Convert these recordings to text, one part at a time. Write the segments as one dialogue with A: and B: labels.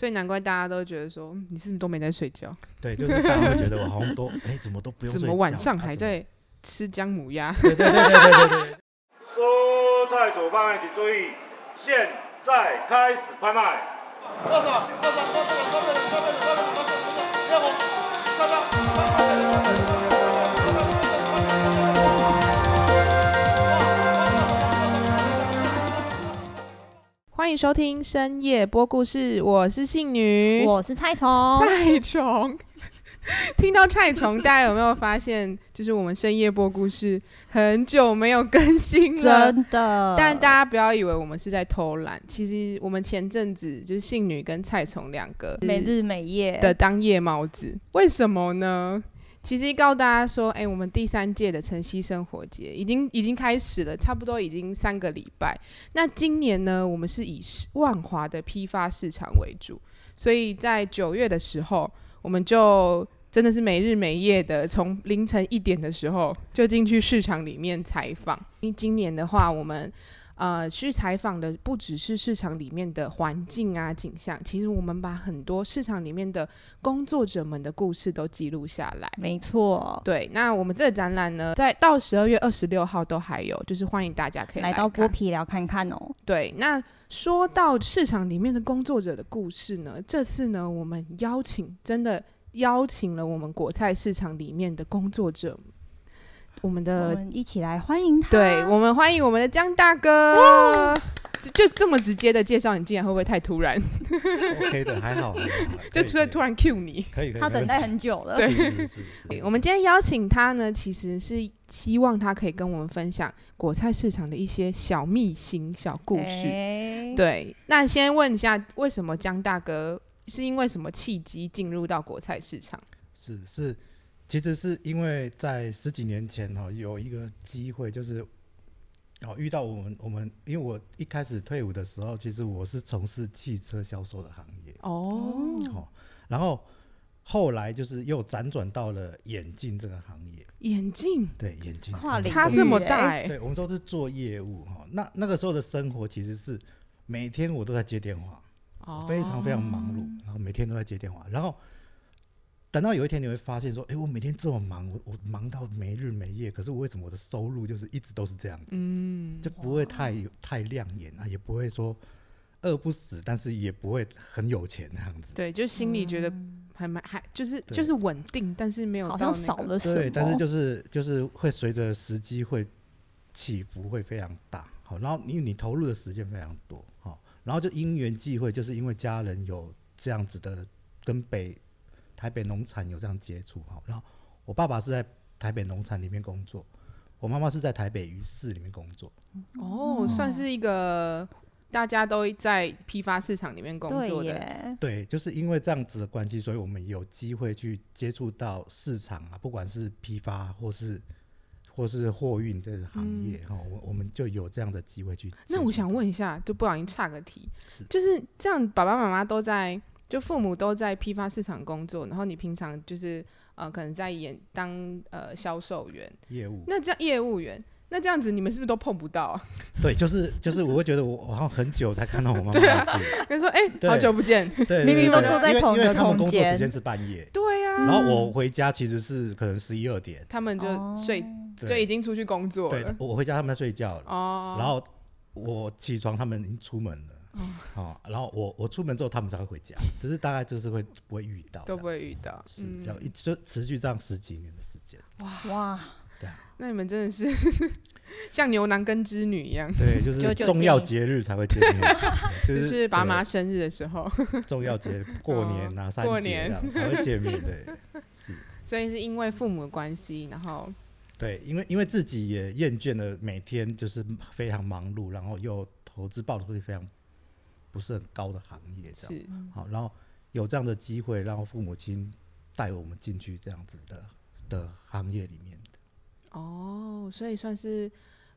A: 所以难怪大家都觉得说嗯你是不是都没在睡觉，
B: 对，就是大家会觉得我好像都哎、怎么都不用
A: 怎
B: 睡
A: 么晚
B: 觉
A: 上
B: 啊
A: 还
B: 怎么
A: 在吃姜母鸭？
B: 对对对对对对对，
C: 蔬菜左半位请注意，现在开始拍卖。
A: 欢迎收听深夜播故事，我是信女，
D: 我是菜虫，
A: 菜虫。 听到菜虫，大家有没有发现，就是我们深夜播故事很久没有更新了？
D: 真的。
A: 但大家不要以为我们是在偷懒，其实我们前阵子就是信女跟菜虫两个
D: 每日每夜
A: 的当夜猫子，为什么呢？其实告诉大家说，哎、我们第三届的晨曦生活节已经已经开始了，差不多已经三个礼拜。那今年呢，我们是以市万华的批发市场为主，所以在九月的时候，我们就真的是没日没夜的，从凌晨一点的时候就进去市场里面采访。因为今年的话，我们呃，去采访的不只是市场里面的环境啊、景象，其实我们把很多市场里面的工作者们的故事都记录下来。
D: 没错，
A: 对，那我们这个展览呢，在到十二月二十六号都还有，就是欢迎大家可以
D: 来
A: 来
D: 到
A: 看
D: 剥皮聊看看哦。
A: 对，那说到市场里面的工作者的故事呢，这次呢，我们邀请真的邀请了我们果菜市场里面的工作者，我们
D: 我
A: 的
D: 们一起来欢迎他。
A: 呃对我们欢迎我们的江大哥。就就这么直接的介绍你进来，会不会太突然？
B: ，OK 的，还好，还好
A: 就突然突
B: 然
A: 然 cue 你。
B: 可以可以，
D: 他
B: 没问
D: 等待很久了。
B: 题，是是是 是，
A: 我们今天邀请他呢，其实是希望他可以跟我们分享果菜市场的一些小秘辛、小故事。
D: 哎，
A: 对，那先问一下，为什么江大哥是因为什么契机进入到国菜市场？
B: 是是，其实是因为在十几年前哈、哦，有一个机会，就是哦遇到我们我们，因为我一开始退伍的时候，其实我是从事汽车销售的行业，
A: 哦，
B: 哦，然后后来就是又辗转到了眼镜这个行业，
A: 眼镜
B: 对眼镜
D: 跨
B: 嗯
D: 领
A: 差
D: 域
A: 这么
D: 欸
A: 大哎、
B: 对我们都是做业务哈、那那个时候的生活其实是每天我都在接电话。
A: 哦
B: 非常非常忙碌，然后每天都在接电话，然后等到有一天你会发现说，哎，我每天这么忙，我我忙到没日没夜，可是我为什么我的收入就是一直都是这样子，
A: 嗯，
B: 就不会太有太亮眼啊，也不会说饿不死，但是也不会很有钱这样子。
A: 对，就心里觉得还蛮还就是
B: 对
A: 就是稳定，但是没有
D: 嗯好
A: 到
D: 像
A: 那
D: 少
A: 个
D: 了什么。
B: 对，但是就是就是会随着时机会起伏会非常大，好，然后因为你投入的时间非常多，好，然后就因缘际会，就是因为家人有这样子的跟北台北农产有这样接触，好，然后我爸爸是在台北农产里面工作，我妈妈是在台北鱼市里面工作，
A: 哦，算是一个大家都在批发市场里面工作
D: 对
A: 的，
D: 耶，
B: 对，就是因为这样子的关系，所以我们有机会去接触到市场啊，不管是批发或是或是货运这个行
D: 嗯
B: 业哈，我、我们就有这样的机会去接触到。
A: 那我想问一下，就不小心岔个题，
B: 是
A: 就是这样，爸爸妈妈都在，就父母都在批发市场工作，然后你平常就是呃，可能在演当呃销售员，
B: 业务，
A: 那这样业务员，那这样子你们是不是都碰不到、 啊？
B: 对，就是就是，我会觉得我我好像很久才看到我妈妈一 次，
A: 跟说哎、
B: 对
A: 好久不见，
B: 对对，
D: 啊明明都
B: 对
D: 坐在
B: 因为
D: 同一
B: 因为
D: 个
B: 他们
D: 空
B: 工作时
D: 间啊
B: 间是半夜，
A: 对呀、
B: 然后我回家其实是可能十一二点，
A: 他们就
D: 哦
A: 睡、
D: 嗯
A: 就已
B: 哦对，
A: 经出去工作
B: 对
A: 了，
B: 我回家他们在睡觉了，
A: 哦，
B: 然后我起床，他们已经出门了。哦，然后我我出门之后，他们才会 回家，只是大概就是会不会遇到的，
A: 都不会遇到，嗯
B: 是这样一就持续这样十几年的时间。
D: 哇，
A: 那你们真的是 像牛郎跟织女一样。
B: 对，就
D: 久
B: 是
D: 久
B: 重要
D: 见
B: 节日才会见面，就
A: 就是是爸
B: 对
A: 妈生日的时候，
B: 重要节日过年啊、三
A: 过
B: 节
A: 年
B: 这样才会见面。对， 是，
A: 所以是因为父母的关系，然后
B: 对，因为因为自己也厌倦了每天就是非常忙碌，然后又投资报酬率非常不是很高的行业这样。
A: 是
B: 好，然后有这样的机会，让父母亲带我们进去这样子的的行业里面
A: 哦，所以算是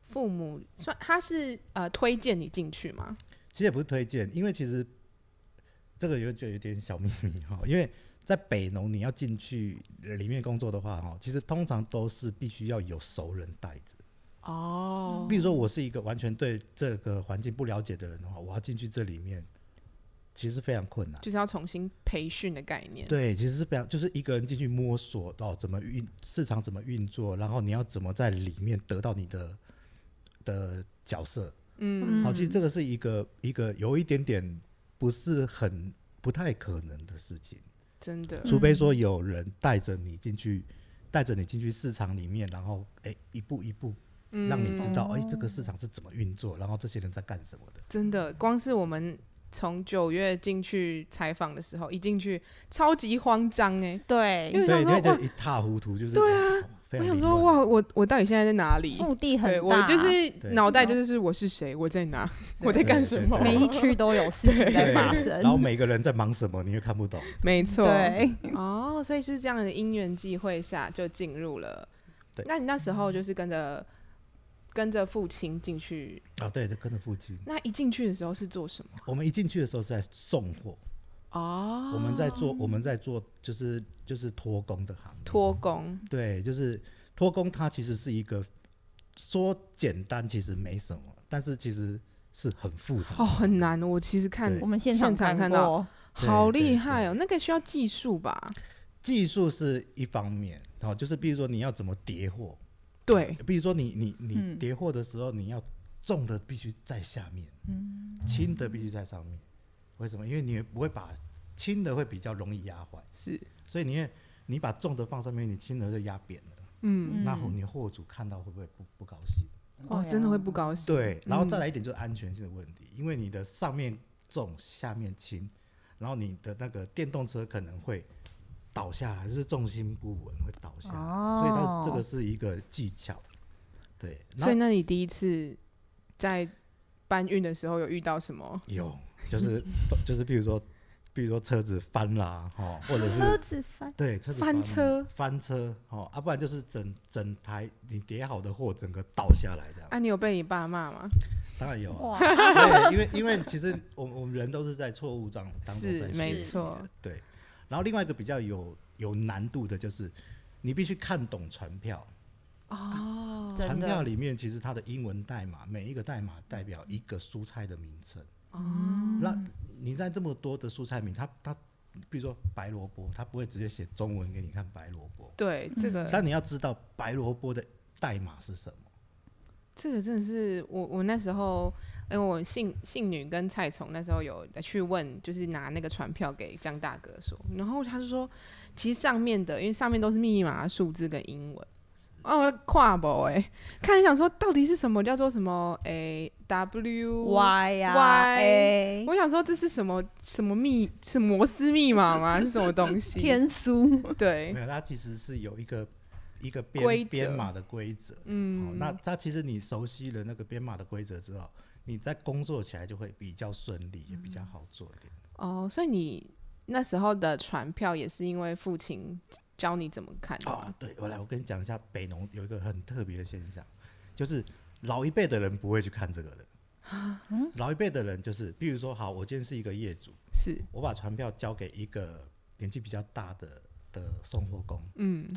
A: 父母算他是呃推荐你进去吗？
B: 其实也不是推荐，因为其实这个有就有点小秘密哈、因为在北农你要进去里面工作的话哈、其实通常都是必须要有熟人带着。
A: 哦，
B: 比如说我是一个完全对这个环境不了解的人的话，我要进去这里面，其实非常困难。
A: 就是要重新培训的概念。
B: 对，其实是非常，就是一个人进去摸索到、怎么运市场怎么运作，然后你要怎么在里面得到你的的角色。
A: 嗯，
B: 好，其实这个是一个一个有一点点不是很不太可能的事情，
A: 真的，
B: 除非说有人带着你进去，带着你进去市场里面，然后哎一步一步
A: 嗯
B: 让你知道，哎、这个市场是怎么运作，然后这些人在干什么的。
A: 真的，光是我们从九月进去采访的时候，一进去超级慌张哎、因
D: 对，
A: 为想
B: 对
A: 说
B: 对
A: 哇
B: 对，一塌糊涂就是对啊，非
A: 我
B: 常
A: 想
B: 凌
A: 说
B: 乱
A: 哇，我我到底现在在哪里？
D: 腹地
A: 对
D: 很
A: 我
D: 大，嗯
A: 就是
B: 对
A: 脑袋就是是我是谁，我在哪，我在干什么？
B: 对
D: 每一区都有事情在发
B: 对然后
D: 生。
B: 每个人在忙什么，你也看不懂。
A: 没错，
D: 对，
A: 哦，所以是这样的因缘际会下就进入了。
B: 对
A: 那你那时候就是跟着跟着父亲进去，
B: 啊，对，跟着父亲。
A: 那一进去的时候是做什么？
B: 我们一进去的时候是在送货，
A: 哦，
B: 我们在做，我们在做，就是就是托工的行业。
A: 托工，
B: 对，就是托工，它其实是一个说简单其实没什么，但是其实是很复杂。
A: 哦，很难。我其实看
B: 对
D: 我们现
A: 现
D: 场
A: 场看到
D: 过，哦
B: 对
A: 好
B: 对
A: 厉
B: 对
A: 害哦，那个需要技术吧？
B: 技术是一方面，好、就是比如说你要怎么叠货，
A: 对，
B: 比如说你你你
D: 嗯
B: 叠货的时候，你要重的必须在下面，
A: 嗯
B: 轻的必须在上面。为什么？因为你不会把轻的会比较容易压坏，
A: 是，
B: 所以你会你把重的放上面，你轻的就压扁了。
A: 嗯，
B: 那
D: 嗯
B: 你货主看到会不会不不高兴？
A: 哦，真的会不高兴。
B: 对，然后再来一点就是安全性的问题，因为你的上面重，下面轻，然后你的那个电动车可能会倒下来，就是重心不稳会倒下来，所以它
D: 哦
B: 这个是一个技巧。对，然
A: 所以
B: 后
A: 那你第一次在搬运的时候有遇到什么？
B: 有就是 就是，比如说比如说车子翻啦，哈，或者是
D: 车子翻，
B: 对车子
A: 翻
B: 翻
A: 车
B: 翻车，哦，啊，不然就是整整台你叠好的货整个倒下来这样，
A: 啊，你有被你爸骂吗？
B: 当然有啊。
D: 哇，
B: 对，因为因为其实我们我们人都是在错误当当中
A: 是
B: 在
A: 没
B: 学习
A: 错
B: 的，对。然后另外一个比较有有难度的就是，你必须看懂船票，
A: 哦，
D: 真
B: 船票
D: 的，
B: 里面其实它的英文代码，每一个代码代表一个蔬菜的名称。
A: 哦，
B: 那你在这么多的蔬菜名，它它比如说白萝卜，它不会直接写中文给你看白萝卜，
A: 对，这个
B: 但你要知道白萝卜的代码是什么。
A: 这个真的是我我那时候，因为我信信女跟蔡崇那时候有去问，就是拿那个传票给江大哥说，然后他就说，其实上面的因为上面都是密码、啊数字跟英文。哦，我跨博哎，看想说到底是什么叫做什么诶 W
D: Y 呀
A: Y
D: A
A: 我想说这是什么什么密是摩斯密码吗？是什么东西？
D: 天书，
A: 对
B: 没，有，它其实是有一个一个
A: 规
B: 编
A: 则
B: 编码的规则。哦
A: 嗯，，
B: 那它其实你熟悉了那个编码的规则之后，你在工作起来就会比较顺利，也比较好做一点。
A: 哦，所以你那时候的传票也是因为父亲教你怎么看的
B: 啊、
A: 吗
B: 对，我来我跟你讲一下，北农有一个很特别的现象，就是老一辈的人不会去看这个的。
A: 啊
B: 老一辈的人就是，比如说，好，我今天是一个业主，
A: 是，
B: 我把传票交给一个年纪比较大的的送货工，
A: 嗯，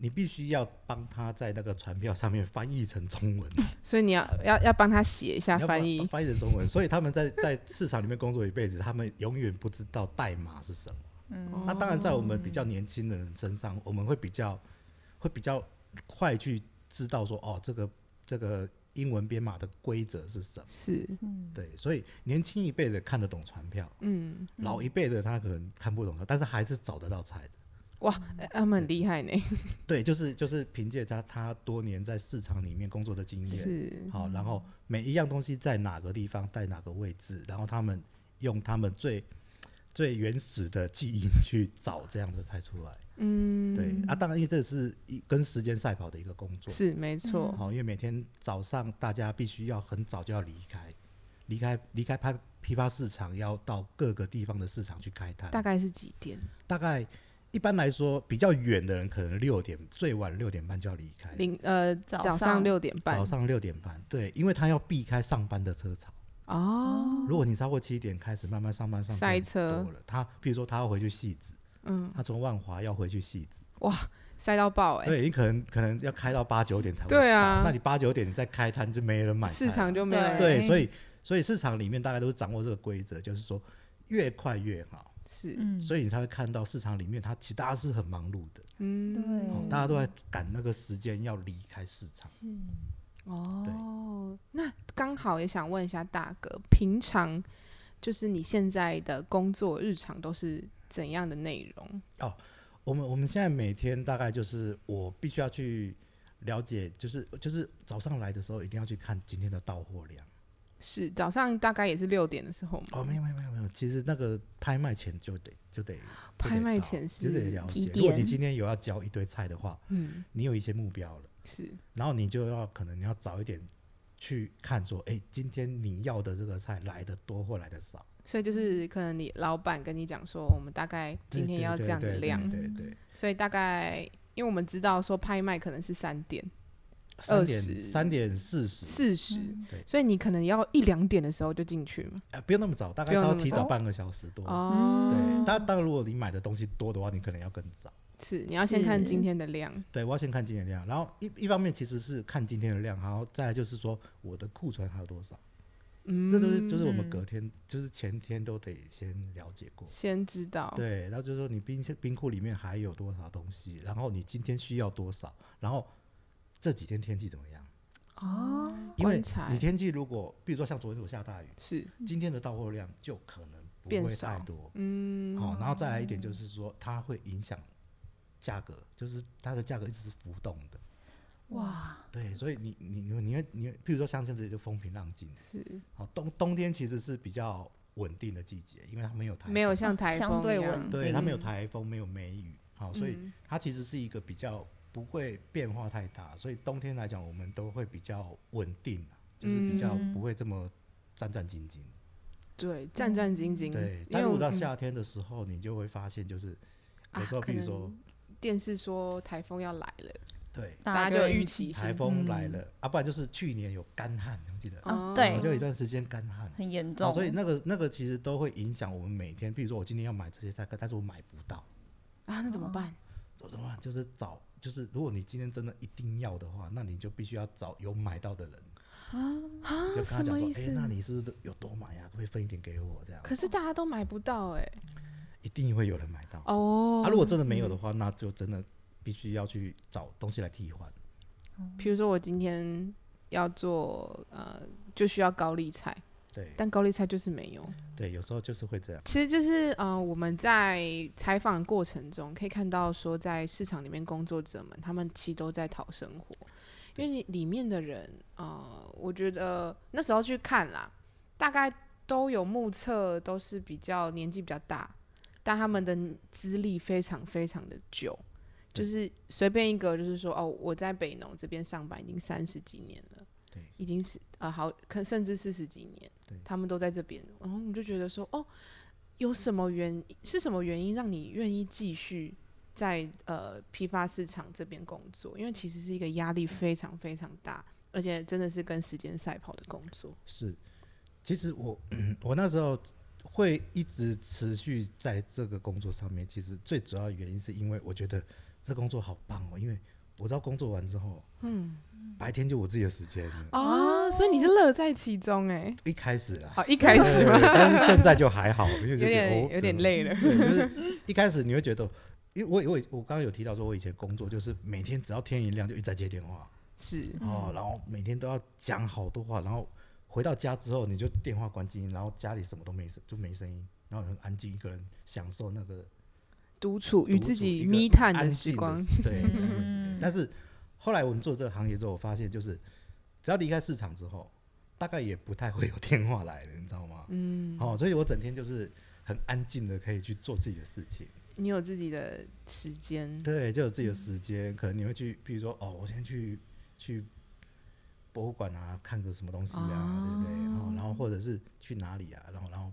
B: 你必须要帮他在那个传票上面翻译成中文。
A: 所以你要要要帮他写一下
B: 你要
A: 翻
B: 把哦
A: 译，
B: 翻译成中文，所以他们在在市场里面工作一辈子，他们永远不知道代码是什么。
A: 哦
B: 那当然，在我们比较年轻的人身上，我们会比较会比较快去知道说，哦，这个这个英文编码的规则是什么。
A: 是，
B: 对，所以年轻一辈的看得懂传票，
A: 嗯，
B: 老一辈的他可能看不懂，但是还是找得到菜的。
A: 哇，呃他们很厉害呢，
B: 对，就是就是凭借他他多年在市场里面工作的经验，
A: 是，
B: 好，然后每一样东西在哪个地方，在哪个位置，然后他们用他们最最原始的记忆去找这样的菜出来。
A: 嗯，
B: 对、啊，当然，因为这是一跟时间赛跑的一个工作。
A: 是没错，
B: 好，因为每天早上大家必须要很早就要离开，离开离开拍批发市场，要到各个地方的市场去开摊。
A: 大概是几点？
B: 大概一般来说，比较远的人可能六点，最晚六点半就要离开。
A: 零呃早
D: 早
A: 上
D: 上
A: 六点半
B: 哎早，上六点半，对，因为他要避开上班的车潮。
A: 哦，
B: 如果你超过七点开始慢慢上班上
A: 塞
B: 班
A: 车
B: 多了，他比如说他要回去戏子，
A: 嗯，
B: 他从万华要回去戏子，
A: 塞到爆哎，
B: 对你可能可能要开到八九点才会
A: 对啊
B: 到那你八九点你再开摊就没人买菜了
A: 市场就没有哎
D: 对
A: 人
B: 对，所以所以市场里面大概都是掌握这个规则，就是说越快越好，
A: 是，
D: 嗯，
B: 所以你才会看到市场里面，它其实大家是很忙碌的，
A: 嗯，
B: 哦
D: 嗯
B: 大家都在赶那个时间要离开市场。
A: 哦，那刚好也想问一下大哥，平常就是你现在的工作日常都是怎样的内容？
B: 我们我们现在每天大概就是我必须要去了解，就是就是早上来的时候一定要去看今天的到货量。
A: 是早上大概也是六点的时候吗？
B: 哦，没有没有没有没有，其实那个拍卖前就得就得就得
A: 拍卖
B: 到
A: 前
B: 就得
A: 是
B: 了
D: 几
B: 解。如果你
D: 点
B: 今天有要交一堆菜的话，
A: 嗯，
B: 你有一些目标了，
A: 是
B: 然后你就要可能你要早一点去看说，哎，今天你要的这个菜来的多或来的少，
A: 所以就是可能你老板跟你讲说，我们大概今
B: 对
A: 天要这样的量，
B: 对对对对对，
A: 所以大概因为我们知道说拍卖可能是三点
B: 三
A: 20
B: 点三点四十，
A: 四十
D: 嗯
B: 对，
A: 所以你可能要一两点的时候就进去嘛。
B: 啊，不用那么早，大概
A: 不用
B: 要
A: 那么
B: 提早
A: 早
B: 半个小时多。
A: 哦，
D: 嗯
B: 对，但但如果你买的东西多的话，你可能要更早。
A: 是你要先看
D: 是
A: 今天的量，
B: 对，我要先看今天的量，然后一一方面其实是看今天的量，然后再来就是说我的库存还有多少，
A: 嗯，
B: 这都是就是我们
D: 嗯
B: 隔天就是前天都得先了解过。
A: 先知道。
B: 对，然后就是说你冰箱冰库里面还有多少东西，然后你今天需要多少，然后这几天天气怎么样？
A: 哦，
B: 因为
A: 观察
B: 你天气如果比如说像昨天有下大雨，
A: 是
B: 今天的到货量就可能
A: 嗯
B: 不
A: 变
B: 会
A: 少
B: 太多。
A: 嗯，
B: 好、然后再来一点就是说，它会影响价格，就是它的价格一直是浮动的。
D: 哇，
B: 对，所以你你你你会你会，譬如说像现在就风平浪静，
A: 是
B: 好、哦冬冬天其实是比较稳定的季节，因为它没有台风
A: 没有像台
D: 相
A: 风
D: 对
A: 一样
D: 稳，
B: 对它没有
A: 嗯
B: 台风，没有梅雨，好、所以
A: 嗯
B: 它其实是一个比较不会变化太大，所以冬天来讲，我们都会比较稳定，啊就是比较
D: 嗯
B: 不会这么战战兢兢。
A: 对战战兢兢。
B: 对，
A: 因
B: 但
A: 为
B: 如
A: 我
B: 果到
A: 嗯
B: 夏天的时候，你就会发现就是
A: 啊
B: 有时候，
A: 可
B: 譬如说。
A: 能电视说台风要来了，
B: 对，
D: 啊
A: 大家就预期
B: 台
A: 性
B: 风来
D: 嗯
B: 了、啊，不然就是去年有干旱，你们记得？
D: 啊
A: 哦
D: 对
B: 我就有一段时间干旱、
D: 很严
B: 哦
A: 啊
D: 重，
B: 所以那个那个其实都会影响我们每天。比如说我今天要买这些菜，但是我买不到，
A: 啊，那怎么办？
B: 怎么办？啊就是找，就是如果你今天真的一定要的话，那你就必须要找有买到的人，
A: 啊
B: 就跟他
A: 什
B: 讲
A: 么
B: 说
A: 意，
B: 哎、
A: 思？
B: 那你是不是有多买啊？可不可以分一点给我？这样
A: 可是大家都买不到哎、
B: 一定会有人买到。
A: 哦。
B: 啊，如果真的没有的话，那就真的必须要去找东西来替换。
A: 比如说我今天要做呃，就需要高丽菜，
B: 对
A: 但高丽菜就是没有。
B: 对，有时候就是会这样。
A: 其实就是呃，我们在采访过程中可以看到，说在市场里面工作者们，他们其实都在讨生活，因为你里面的人，呃，我觉得那时候去看啦，大概都有目测，都是比较年纪比较大，但他们的资历非常非常的久，就
B: 对
A: 是随便一个，就是说哦，我在北农这边上班已经三十几年了。
B: 对
A: 已经是呃好，可甚至四十几年
B: 对，
A: 他们都在这边，然后你就觉得说，哦，有什么原因是什么原因让你愿意继续在呃批发市场这边工作？因为其实是一个压力非常非常大，而且真的是跟时间赛跑的工作。
B: 是，其实我 我那时候会一直持续在这个工作上面，其实最主要的原因是因为我觉得这工作好棒哦，因为我知道工作完之后，
A: 嗯，
B: 白天就我自己的时间了。
A: 哦，所以你是乐在其中哎、
B: 一开始啦，
A: 好，一开始
B: 对
A: 嘛，
B: 但是现在就还好，因为就
A: 有
B: 觉得哦
A: 点有点
B: 怎么
A: 累了，
B: 对，就是一开始你会觉得，因为我我我刚刚有提到说，我以前工作就是每天只要天一亮就一直在接电话，
A: 是
B: 哦，然后每天都要讲好多话，然后回到家之后你就电话关静，然后家里什么都没声，就没声音，然后很安静，一个人享受那个
A: 独处与
B: 独处
A: 自己
B: 一个
A: 密探
B: 安
A: 的
B: 静
A: 时光，
B: 时对，安静的时间。但是后来我们做这个行业之后，我发现就是只要离开市场之后，大概也不太会有电话来了，你知道吗？
A: 嗯，
B: 哦，所以我整天就是很安静的可以去做自己的事情。
A: 你有自己的时间，
B: 对，就有自己的时间，可能你会去，比如说哦，我先去去博物馆啊，看个什么东西啊，对不对？然后然后或者是去哪里啊，然后然后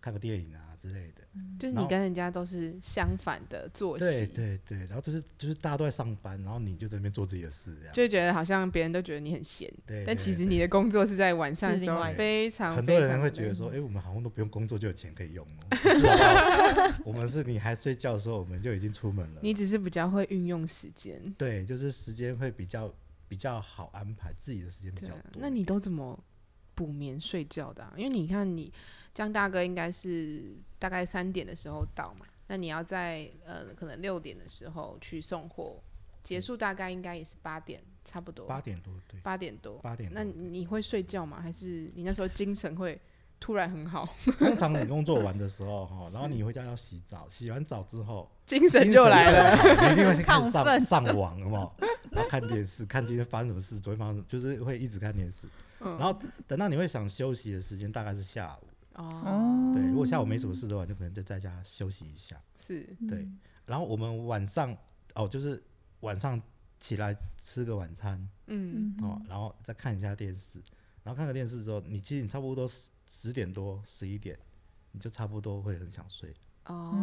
B: 看个电影啊之类的。
A: 就是
B: 然
A: 你
B: 后
A: 跟人家都是相反的作息，
B: 对对对，然后就是就是大家都在上班，然后你就在那边做自己的事，这样。
A: 就会觉得好像别人都觉得你很闲，
B: 对，
A: 但
B: 对
A: 其实
B: 对
A: 你的工作是在晚上的
D: 是
A: 时候
D: 另外
B: 一，个
A: 非常
B: 很多
A: 非
B: 人
A: 常
B: 会
A: 的
B: 觉得说，哎、我们好像都不用工作就有钱可以用哦。不是好不好我们是你还睡觉的时候，我们就已经出门了。
A: 你只是比较会运用时间，
B: 对，就是时间会比较比较好安排，自己的时间比
A: 对
B: 较
A: 啊
B: 多。
A: 那你都怎么补眠睡觉的、啊，因为你看你江大哥应该是大概三点的时候到嘛，那你要在呃可能六点的时候去送货，结束大概应该也是八点差不多，
B: 嗯八点多对，
A: 八点多。
B: 八点
A: 那
B: 多。
A: 你你会睡觉吗？还是你那时候精神会突然很好，
B: 通常你工作完的时候哈，然后你回家要洗澡，洗完澡之后
A: 精神
B: 精
A: 就来了？
B: 了，你一定会去看
D: 亢奋
B: 上上网，有没有？然后看电视，看今天发生什么事，昨天发生什么，就是会一直看电视。
A: 嗯
B: 然后等到你会想休息的时间大概是下午，
A: 哦，
B: 对。如果下午没什么事的话，就可能就在家休息一下，
A: 是
B: 对。然后我们晚上哦，就是晚上起来吃个晚餐
A: 嗯
D: 嗯，
B: 哦，然后再看一下电视，然后看个电视之后，你其实你差不多十十点多、十一点，你就差不多会很想睡，
A: 哦，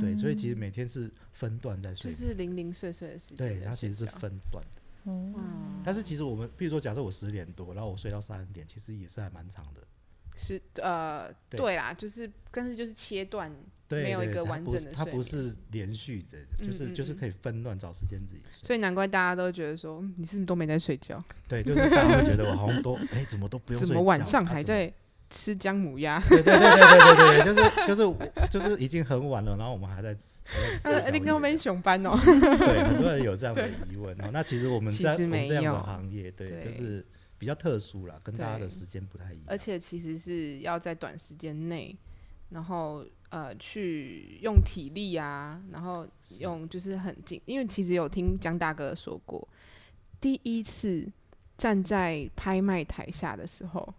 B: 对。所以其实每天是分段在
A: 就
B: 睡，
A: 是零零碎碎的时间在睡
B: 对，
A: 觉。
B: 它其实是分段。
A: 嗯，
B: 但是其实我们，比如说，假设我十点多，然后我睡到三点，其实也是还蛮长的。
A: 是呃，
B: 对
A: 对啦，就是但是就是切断，
B: 对，
A: 没有一
B: 对
A: 个
B: 它
A: 完
B: 不
A: 整
B: 是
A: 的
B: 它
A: 睡
B: 不
A: 眠
B: 是连续的，就是
A: 嗯嗯
B: 就是
A: 嗯
B: 可以分段找时间自己睡。
A: 所以难怪大家都觉得说嗯你是不是都没在睡觉，
B: 对，就是大家会觉得我好像都哎、怎么都不用
A: 怎
B: 睡
A: 么晚
B: 觉
A: 上
B: 啊
A: 还
B: 怎么
A: 在吃姜母 鸭？
B: 对对对对对对对，就是就是我就是已经很晚了，然后我们还在吃，还在吃宵
A: 呃，
B: 夜
A: 你跟我们熊班哦，
B: 对，很多 人有这样的疑问。然后那其实我们
A: 其
B: 在
A: 实
B: 我们
A: 没
B: 这样
A: 有
B: 的行业，对，
A: 对
B: 就是比较特殊啦，跟大家
A: 对
B: 的时间不太一样。
A: 而且其实是要在短时间内，然后呃去用体力啊，然后用就是很紧，因为其实有听江大哥说过，第一次站在拍卖台下的时候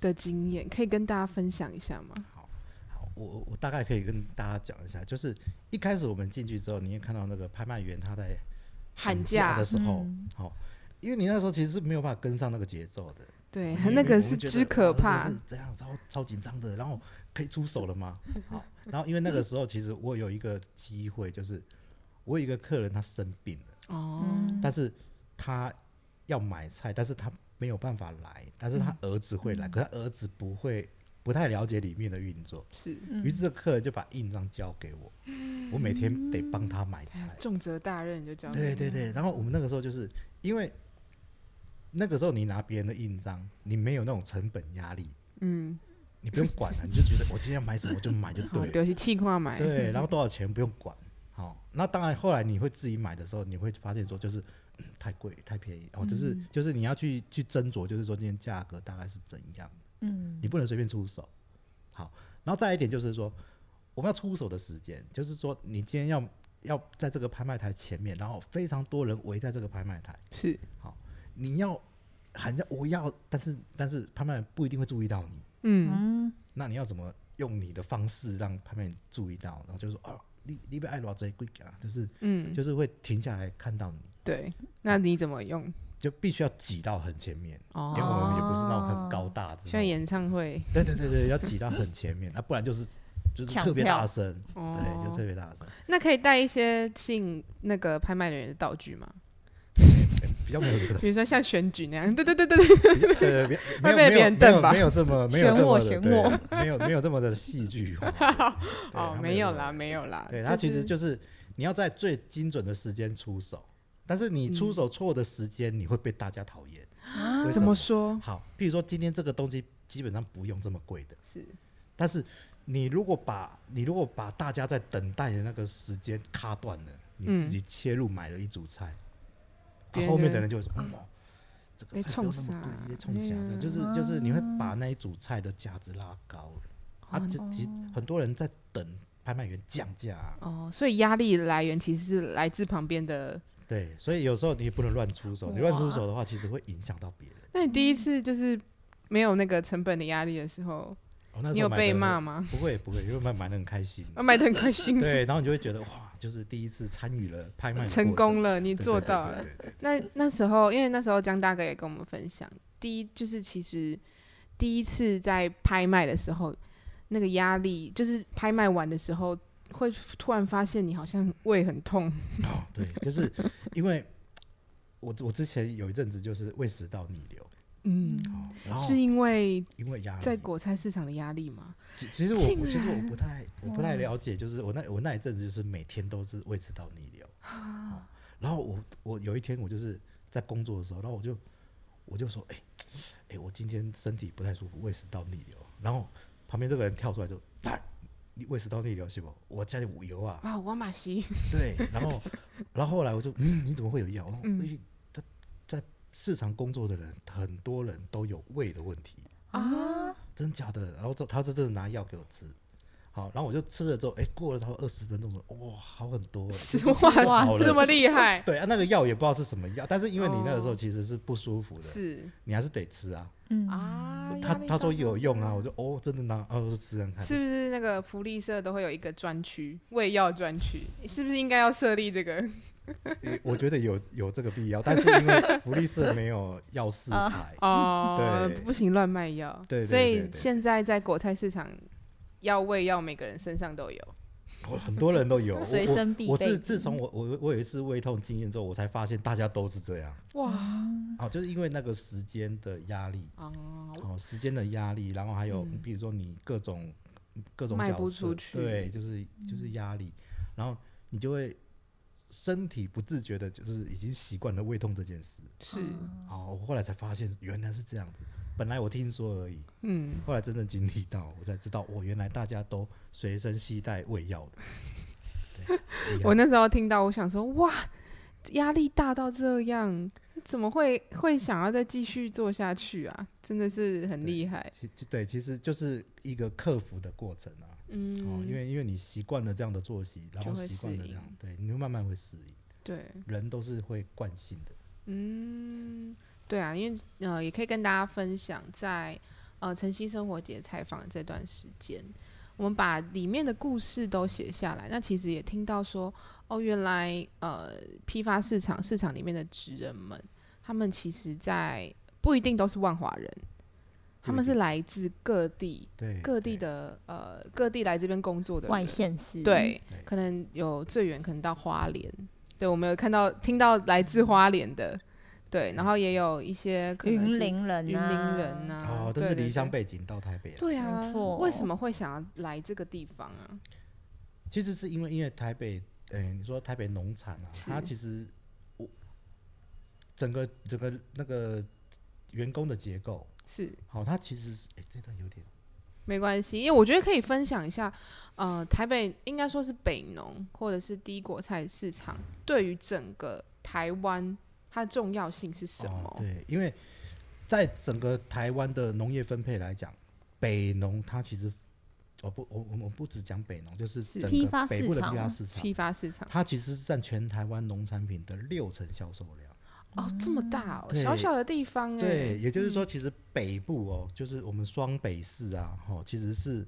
A: 的经验，可以跟大家分享一下吗？
B: 好，我我我大概可以跟大家讲一下，就是一开始我们进去之后，你也看到那个拍卖员他在
A: 喊
B: 价
A: 价嗯
B: 的时候，好、因为你那时候其实是没有办法跟上那个节奏的，
A: 对
B: 因，为
A: 那
B: 我
A: 个
B: 们
A: 是
B: 觉得
A: 之可
B: 哇这个
A: 怕
B: 是，这样超超紧张的，然后可以出手了吗？好，然后因为那个时候其实我有一个机会，就是我有一个客人他生病了，
A: 哦，
D: 嗯
B: 但是他要买菜，但是他没有办法来，但是他儿子会来，可他儿子不会，不太了解里面的运作。
A: 是
B: 于是这客人就把印章交给我，我每天得帮他买菜。
A: 重责大任就交给
B: 哎对
A: 你
B: 对对，然后我们那个时候就是因为那个时候你拿别人的印章，你没有那种成本压力，
A: 嗯，
B: 你不用管啊了，你就觉得哦我今天要买什么我就买就
A: 好，
B: 对了，
A: 丢弃气化买，
B: 对，然后多少钱不用管。好，那当然后来你会自己买的时候，你会发现说就是、嗯太贵太便宜哦，就是就是你要去去斟酌，就是说今天价格大概是怎样。
D: 嗯，
B: 你不能随便出手。好，然后再来一点就是说，我们要出手的时间，就是说你今天要要在这个拍卖台前面，然后非常多人围在这个拍卖台，
A: 是，
B: 你要喊着我要，但是但是拍卖人不一定会注意到你，
A: 嗯，
B: 那你要怎么用你的方式让拍卖人注意到？然后就说哦，你你被爱罗贼贵啊，就是
A: 嗯，
B: 就是会停下来看到你，
A: 对，那你怎么用？
B: 就必须要挤到很前面，因为
A: 哦，
B: 我们也不是那种很高大的那
A: 像
B: 种，
A: 演唱会，
B: 对对对对，要挤到很前面，那不然就是就是
D: 抢
B: 特别
D: 票
B: 大声。对，就
A: 哦
B: 特，别大声，
A: 那可以带一些吸引那个拍卖的人的道具 吗？
B: 比较没有这个，
A: 比如说像选举那样，对对对对对，
B: 对，没有没
A: 会被
B: 有没
A: 别
B: 有
A: 人
B: 没
A: 瞪
B: 有
A: 吧
B: 没有这么没有这么的
D: 选我选
B: 对，没有没有这么的戏剧化， 对
A: 哦，
B: 他
A: 没有
B: 这么
A: 啦，没有啦，
B: 对，
A: 就
B: 它其
A: 是
B: 实就是你要在最精准的时间出手，但是你出手错的时间，你会被大家讨厌。
A: 嗯
B: 为什
A: 啊怎么？说？
B: 好，譬如说今天这个东西基本上不用这么贵的，
A: 是，
B: 但是你如果把你如果把大家在等待的那个时间卡断了，你自己切入买了一组菜，
A: 别
B: 啊
A: 人
B: 后面
A: 就
B: 的人就会说：“嗯，这个
A: 在
B: 菜不用那
A: 冲
B: 么贵
A: 啥，
B: 你在冲起来
A: 对
B: 的。
A: 啊
B: 就是就是你会把那一组菜的价值拉高了。啊，
A: 哦
B: 这其实很多人在等拍卖员降价啊、
A: 哦，所以压力来源其实是来自旁边的。
B: 对，所以有时候你也不能乱出手，你乱出手的话，其实会影响到别人。
A: 那你第一次就是没有那个成本的压力的时候，
B: 哦，那时候
A: 你有
B: 买
A: 被
B: 得很
A: 骂？吗？
B: 不会不会，因为买买的很开心。
A: 啊，买的 很开心，
B: 对，然后你就会觉得哇，就是第一次参与了拍卖的
A: 成
B: 过
A: 功
B: 程，
A: 了，你
B: 对
A: 做
B: 对
A: 到
B: 对
A: 了。
B: 对对
A: 那那时候，因为那时候江大哥也跟我们分享，第一就是其实第一次在拍卖的时候，那个压力就是拍卖完的时候，会突然发现你好像胃很痛，
B: 哦，对，就是因为我我之前有一阵子就是胃食道逆流，
A: 嗯，
B: 哦，然后
A: 是因为
B: 因为压力，
A: 在啊果菜市场的压力吗？
B: 其其实
A: 竟
B: 我我其实我不太我不太了解，就是我那我那一阵子就是每天都是胃食道逆流，
A: 啊
B: 哦然后我我有一天我就是在工作的时候，然后我就我就说，哎、哎、我今天身体不太舒服，胃食道逆流。然后旁边这个人跳出来就，来，你胃食道逆流是不？我家里有油啊。
A: 哇，我马西，
B: 对，然 后，然后后来我就，嗯，你怎么会有药？哦
A: 嗯
B: 因为他在市场工作的人，很多人都有胃的问题，
D: 啊，
B: 真假的？然后就他就真的拿药给我吃，好，然后我就吃了之后，哎，过了差不多二十分钟，哇、好很多了。啊
A: 哇
B: 好，了
A: 这么厉 害，
B: 对啊，那个药也不知道是什么药，但是因为你那个时候
A: 哦
B: 其实是不舒服的，
A: 是
B: 你还是得吃啊。
D: 嗯，
A: 啊，
B: 他
A: 压力
B: 他
A: 大
B: 说有用啊，我就哦，真的拿，哦，我就吃看看。
A: 是不是那个福利社都会有一个专区，胃药专区？是不是应该要设立这个？
B: 诶我觉得有有这个必要，但是因为福利社没有药师
D: 啊
B: 牌，
A: 哦
B: 对，
A: 不行，乱卖药。
B: 对对
A: 所
B: 对
A: 以
B: 对
A: 现在在果菜市场，药味药每个人身上都有。
B: 我很多人都有。 我
D: 随身必
B: 我
D: 备
B: 我是自从我我我有一次胃痛经验之后，我才发现大家都是这样。
A: 哇，
B: 哦，就是因为那个时间的压力，
A: 哦，
B: 哦，时间的压力，然后还有、
A: 嗯
B: 比如说你各种各种
A: 卖
B: 角
A: 不
B: 色
A: 出去嗯
B: 对，就是就是压力，然后你就会身体不自觉的，就是已经习惯了胃痛这件事。
A: 是，
B: 哦，我后来才发现原来是这样子，本来我听说而已，
A: 嗯，
B: 后来真正经历到，我才知道，哦我、原来大家都随身携带胃药的。 对厉害
A: 我那时候听到，我想说，哇，压力大到这样，怎么会会想要再继续做下去啊？真的是很厉害，
B: 其其对，其实就是一个克服的过程啊。
A: 嗯，
B: 哦，因为因为你习惯了这样的作息，然
A: 就
B: 后
A: 会
B: 习惯
A: 适
B: 了这样
A: 应，
B: 对，你就慢慢会适应。
A: 对，
B: 人都是会惯性的。
A: 嗯，对啊，因为呃，也可以跟大家分享在呃晨曦生活节采访的这段时间，我们把里面的故事都写下来。那其实也听到说，哦，原来呃批发市场市场里面的职人们，他们其实在不一定都是万华人，他们是来自各地
B: 对，
A: 各地
B: 对
A: 的呃各地来这边工作的
D: 外
A: 人
D: 县市，
A: 对
B: 对，
A: 可能有最远可能到花莲，对我们有看到听到来自花莲的，
B: 嗯
A: 对，然后也有一些可能
D: 云
A: 是
D: 林人，啊
A: 云林人啊呐、
B: 哦，都
A: 啊对
B: 是
A: 对
B: 离乡
A: 对
B: 背景到台北来。
A: 对啊
D: 没错，
A: 为什么会想要来这个地方啊？
B: 其实是因为因为台北，嗯、你说台北农产啊，
A: 是
B: 它其实我整个整个那个员工的结构，
A: 是
B: 好、它其实是哎、这段有点
A: 没关系，因为我觉得可以分享一下，呃，台北应该说是北农或者是低果菜市场对于整个台湾它的重要性是什么？
B: 哦对，因为在整个台湾的农业分配来讲，北农它其实哦不，我我们不只讲北农，就是
A: 是
B: 整
D: 批发
B: 个北
D: 市
B: 部的
D: 场
B: 批发
D: 吗
B: 市场，
A: 批发市场
B: 它其实是占全台湾农产品的六成销售量。
A: 哦，这么大哦，
B: 对
A: 小小的地方哎、
B: 对，也就是说，其实北部哦，就是我们双北市啊，哦，其实是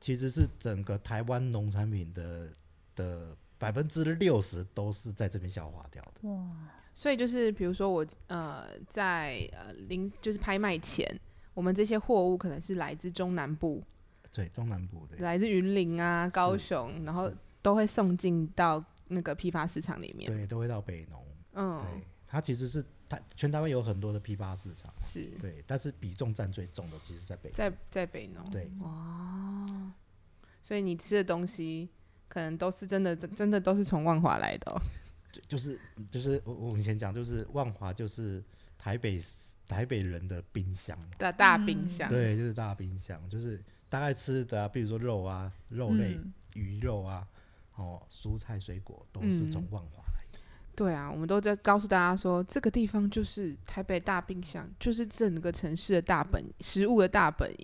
B: 其实是整个台湾农产品的的百分之六十都是在这边消化掉的。
A: 所以就是比如说我呃在呃零就是拍卖前，我们这些货物可能是来自中南部，
B: 对，中南部的，
A: 来自云林啊、高雄，然后都会送进到那个批发市场里面。
B: 对，都会到北农。
A: 嗯，
B: 对，它其实是台全台湾有很多的批发市场，
A: 是
B: 对，但是比重占最重的其实在北部。
A: 嗯在在北农。
B: 对，
A: 哦，所以你吃的东西可能都是真的，真真的都是从万华来的哦、
B: 就就是就是我我们以前讲，就是万华就是台北台北人的冰箱嘛。
A: 大大冰箱。
B: 嗯对，就是大冰箱，就是大概吃的、啊，比如说肉啊、肉类、
D: 嗯
B: 鱼肉啊，哦，蔬菜水果
A: 嗯
B: 都是从万华来的。
A: 对啊，我们都在告诉大家说，这个地方就是台北大冰箱，就是整个城市的大本食物的大本营。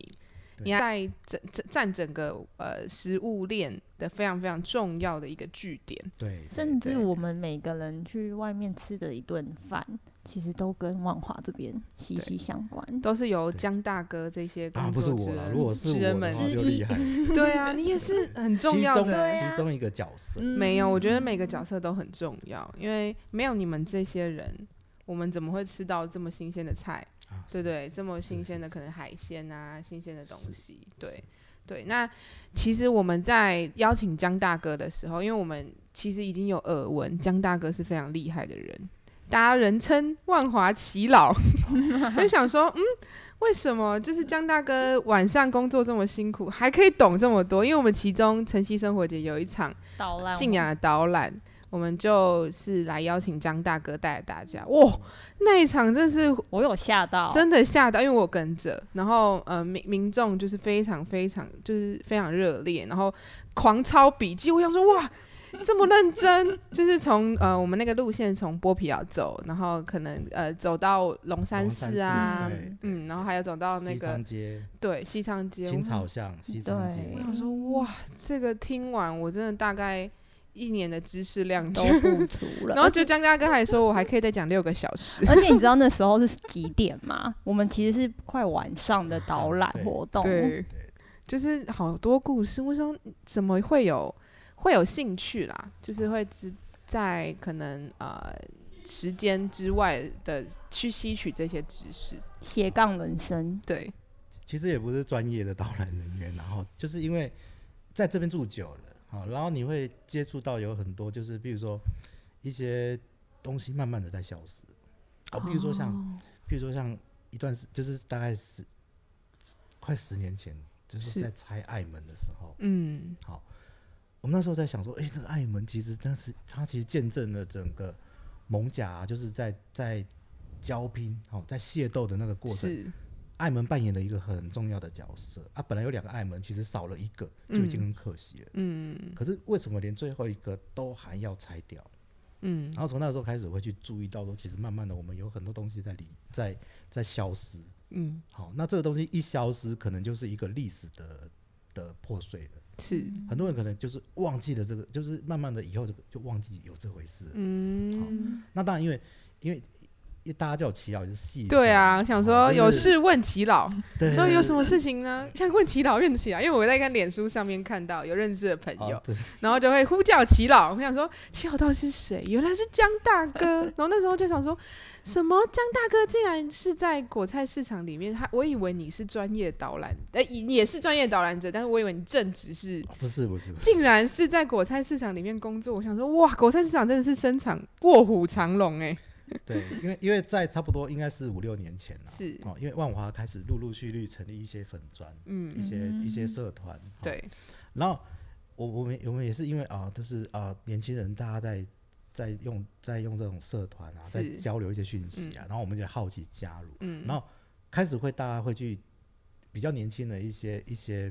B: 对
A: 你要在整整占整个呃食物链的非常非常重要的一个据点，
B: 对，对
D: 甚
A: 对
D: 至我们每个人去外面吃的一顿饭，其实都跟万华这边息息相关。
A: 都是由江大哥这些
B: 当
A: 工
B: 然啊不是
A: 作
B: 我
A: 之
B: 了，
A: 人
B: 如果是
A: 职人
B: 我的
A: 们
B: 话
D: 之
B: 就
D: 一
B: 厉害了，
A: 对啊，你也是很 重
B: 其
A: 要
B: 中
A: 的。啊
B: 其中一个角色。
D: 嗯
A: 没有，我觉
D: 得
A: 得每个角色都很重要，因为没有你们这些人，我们怎么会吃到这么新鲜的菜？
B: 啊
A: 对
B: 是
A: 对，这么新
B: 是
A: 鲜的
B: 是
A: 可能海鲜啊，新鲜的东
B: 是
A: 西，对对。那其实我们在邀请江大哥的时候，因为我们其实已经有耳闻江大哥是非常厉害的人，大家人称万华奇老， 就想说，嗯，为什么就是江大哥晚上工作这么辛苦，还可以懂这么多？因为我们其中晨曦生活节有一场
D: 导览
A: 信仰的导览，我们就是来邀请张大哥带着大家。哇，那一场真是
D: 我有吓到，
A: 真的吓到，因为我跟着，然后呃民民众就是非常非常就是非常热烈，然后狂抄笔记，我想说哇。这么认真， 就是从呃我们那个路线从波皮寮走，然后可能呃走到龙山寺啊
B: 龙山寺对，
A: 嗯，然后还有走到那
B: 西
A: 个
B: 昌街、
A: 对西昌街，
B: 青草巷、西昌街
A: 我
D: 对，
A: 想说，哇，这个听完我真的大概一年的知识量就
D: 都，不足 了。
A: 然后就江大哥还说我还可以再讲六个小时。
B: 哎
D: 而且你知道那时候是几点吗？我们其实是快晚上的导览活动，
A: 对，就是好多故事，为什么怎么会有会有兴趣啦？就是会知在可能呃时间之外的去吸取这些知识。
D: 斜杠人生，
A: 对，
B: 其实也不是专业的导览人员，然后就是因为在这边住久了，好，然后你会接触到有很多就是，比如说一些东西慢慢的在消失，哦，比如说像，比如说像一段时，就是大概十快十年前，就是
A: 是
B: 在拆爱门的时候，
A: 嗯，
B: 我们那时候在想说，哎、这个爱门其实当时它其实见证了整个蒙甲、就是在在交拼，好、在械斗的那个过程
A: 是
B: 艾门扮演了一个很重要的角色啊，本来有两个艾门，其实少了一个就已经很可惜了。
A: 嗯
B: 可是为什么连最后一个都还要拆掉？
A: 嗯
B: 然后从那时候开始会去注意到说，其实慢慢的我们有很多东西在离在在消失。
A: 嗯
B: 好，那这个东西一消失，可能就是一个历史的的破碎了。
A: 是
B: 很多人可能就是忘记了这个，就是慢慢的以后就就忘记有这回事了。
A: 嗯。
B: 那当然因，为因为因为大家叫齐老就是戏称，
A: 对啊，想说
B: 哦
A: 有，
B: 就是
A: 事问齐 老，
B: 对
A: 说有什
B: 么
A: 么事情呢？ 像问齐老、问齐啊老，因为我在看脸书上面看到有认识的朋友，
B: 哦对
A: 然后就会呼叫齐老。我想说齐老到底是谁？原来是江大哥。然后那时候就想说，什么江大哥竟然是在果菜市场里面？他我以为你是专业导览，呃，你也是专业导览者，但是我以为你正职是。
B: 不是不是不是，
A: 竟然是在果菜市场里面工作，我想说，哇，果菜市场真的是生产卧虎藏龙哎、
B: 对，因为因为在差不多应该是五六年前了，
A: 是
B: 哦，因为万华开始陆陆续续成立一些粉砖、
A: 嗯，
B: 一些一些社团，哦，
A: 对，
B: 然后我我们我们也是因为啊，就是啊，年轻人大家在在用在用这种社团啊，在
A: 是
B: 交流一些讯息啊，然后我们就好奇加入，
A: 嗯，
B: 然后开始会大家会去比较年轻的一些一些。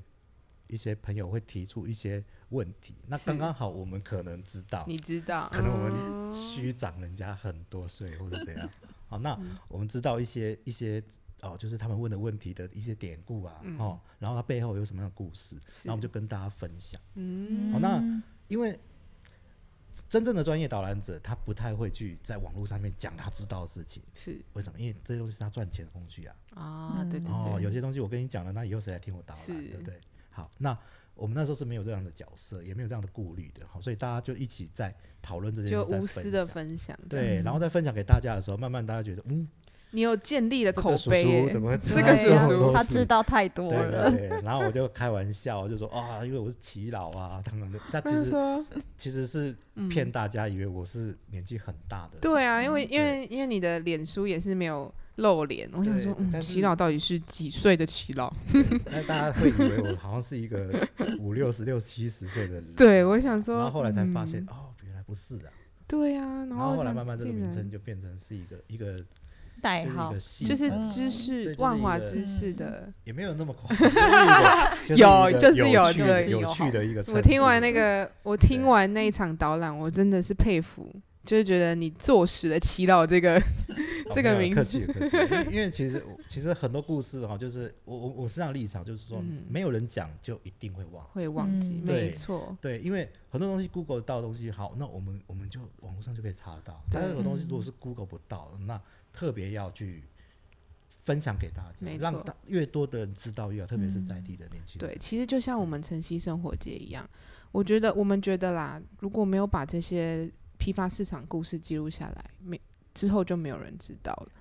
B: 一些朋友会提出一些问题，那
A: 是
B: 刚刚好我们可能知道，
A: 你知道，
B: 可能我
A: 嗯
B: 们虚长人家很多岁或者怎 样。好，那
A: 嗯
B: 我们知道一些一些哦，就是他们问的问题的一些典故啊，
A: 嗯
B: 哦，然后他背后有什么样的故事，然后我们就跟大家分享。
A: 嗯
B: 好，那因为真正的专业导览者，他不太会去在网络上面讲他知道的事情，
A: 是
B: 为什么？因为这些东西是他赚钱的工具啊。
A: 啊，对对
B: 哦，有
A: 对，
B: 些东西我跟你讲了，那以后谁来听我导览，
A: 是
B: 对不对？好，那我们那时候是没有这样的角色，也没有这样的顾虑的，好，所以大家就一起在讨论这件
A: 就
B: 事，在
A: 无私的
B: 享
A: 分享。
B: 对，然后再分享给大家的时候，慢慢大家觉得，嗯，
A: 你有建立了
B: 这
A: 口
B: 个叔
A: 碑欸耶、
B: 叔怎么会知
A: 这
B: 道
A: 个
B: 这
A: 叔
B: 种
A: 叔
B: 东
D: 他
B: 西
D: 知道太多
B: 对
D: 了，
B: 对对，然后我就开玩笑，就说啊，因为我是祈老啊，他们的，但其
A: 他
B: 实
A: 说嗯
B: 其实是骗嗯大家，以为我是年纪很大的，
A: 对啊，因为因为因为你的脸书也是没有露脸，我想
B: 对
A: 说，
B: 对
A: 嗯，
B: 但是嗯
A: 祈老到底是几岁的祈老？
B: 那大家会以为我好像是一个五六十六七十岁的人，
A: 对，我想
B: 然
A: 说，
B: 后后来才
A: 嗯
B: 发现，哦，原来不是啊，
A: 对啊，然
B: 然后后来
A: 想
B: 慢慢这个
A: 竟
B: 名
A: 然
B: 称就变成是一个一个
D: 代
B: 就是一
D: 号
B: 个戏
A: 就是
B: 称
A: 知
B: 对
A: 识
B: 就是
A: 万
B: 一
A: 华
B: 个
A: 知识的。
B: 也没有那么夸 张，就是一个
A: 有就是有
B: 有趣的
A: 对
B: 有趣的一个程度。
A: 我听完那个，我听完那一场导览，我真的是佩服，就是觉得你坐实了祈老这个
B: 哦
A: 这个
B: 没
A: 名
B: 有客
A: 字。
B: 气了客气了，因为因为其实我其实很多故事哈，就是我我我是这样立场，就是说
A: 嗯
B: 没有人讲就一定会忘。
A: 会忘记，
D: 嗯
A: 没
B: 对
A: 错，
B: 对，因为很多东西 Google 到的东西，好，那我们我们就网络上就可以查到。
A: 对嗯
B: 但有东西如果是 Google 不到，那特别要去分享给大家
A: 没，错嗯
B: 让大越多的人知道越好，特别是在地的嗯年轻人。
A: 对，其实就像我们晨曦生活节一样，我觉得我们觉得啦，如果没有把这些批发市场故事记录下来，没之后就没有人知道了。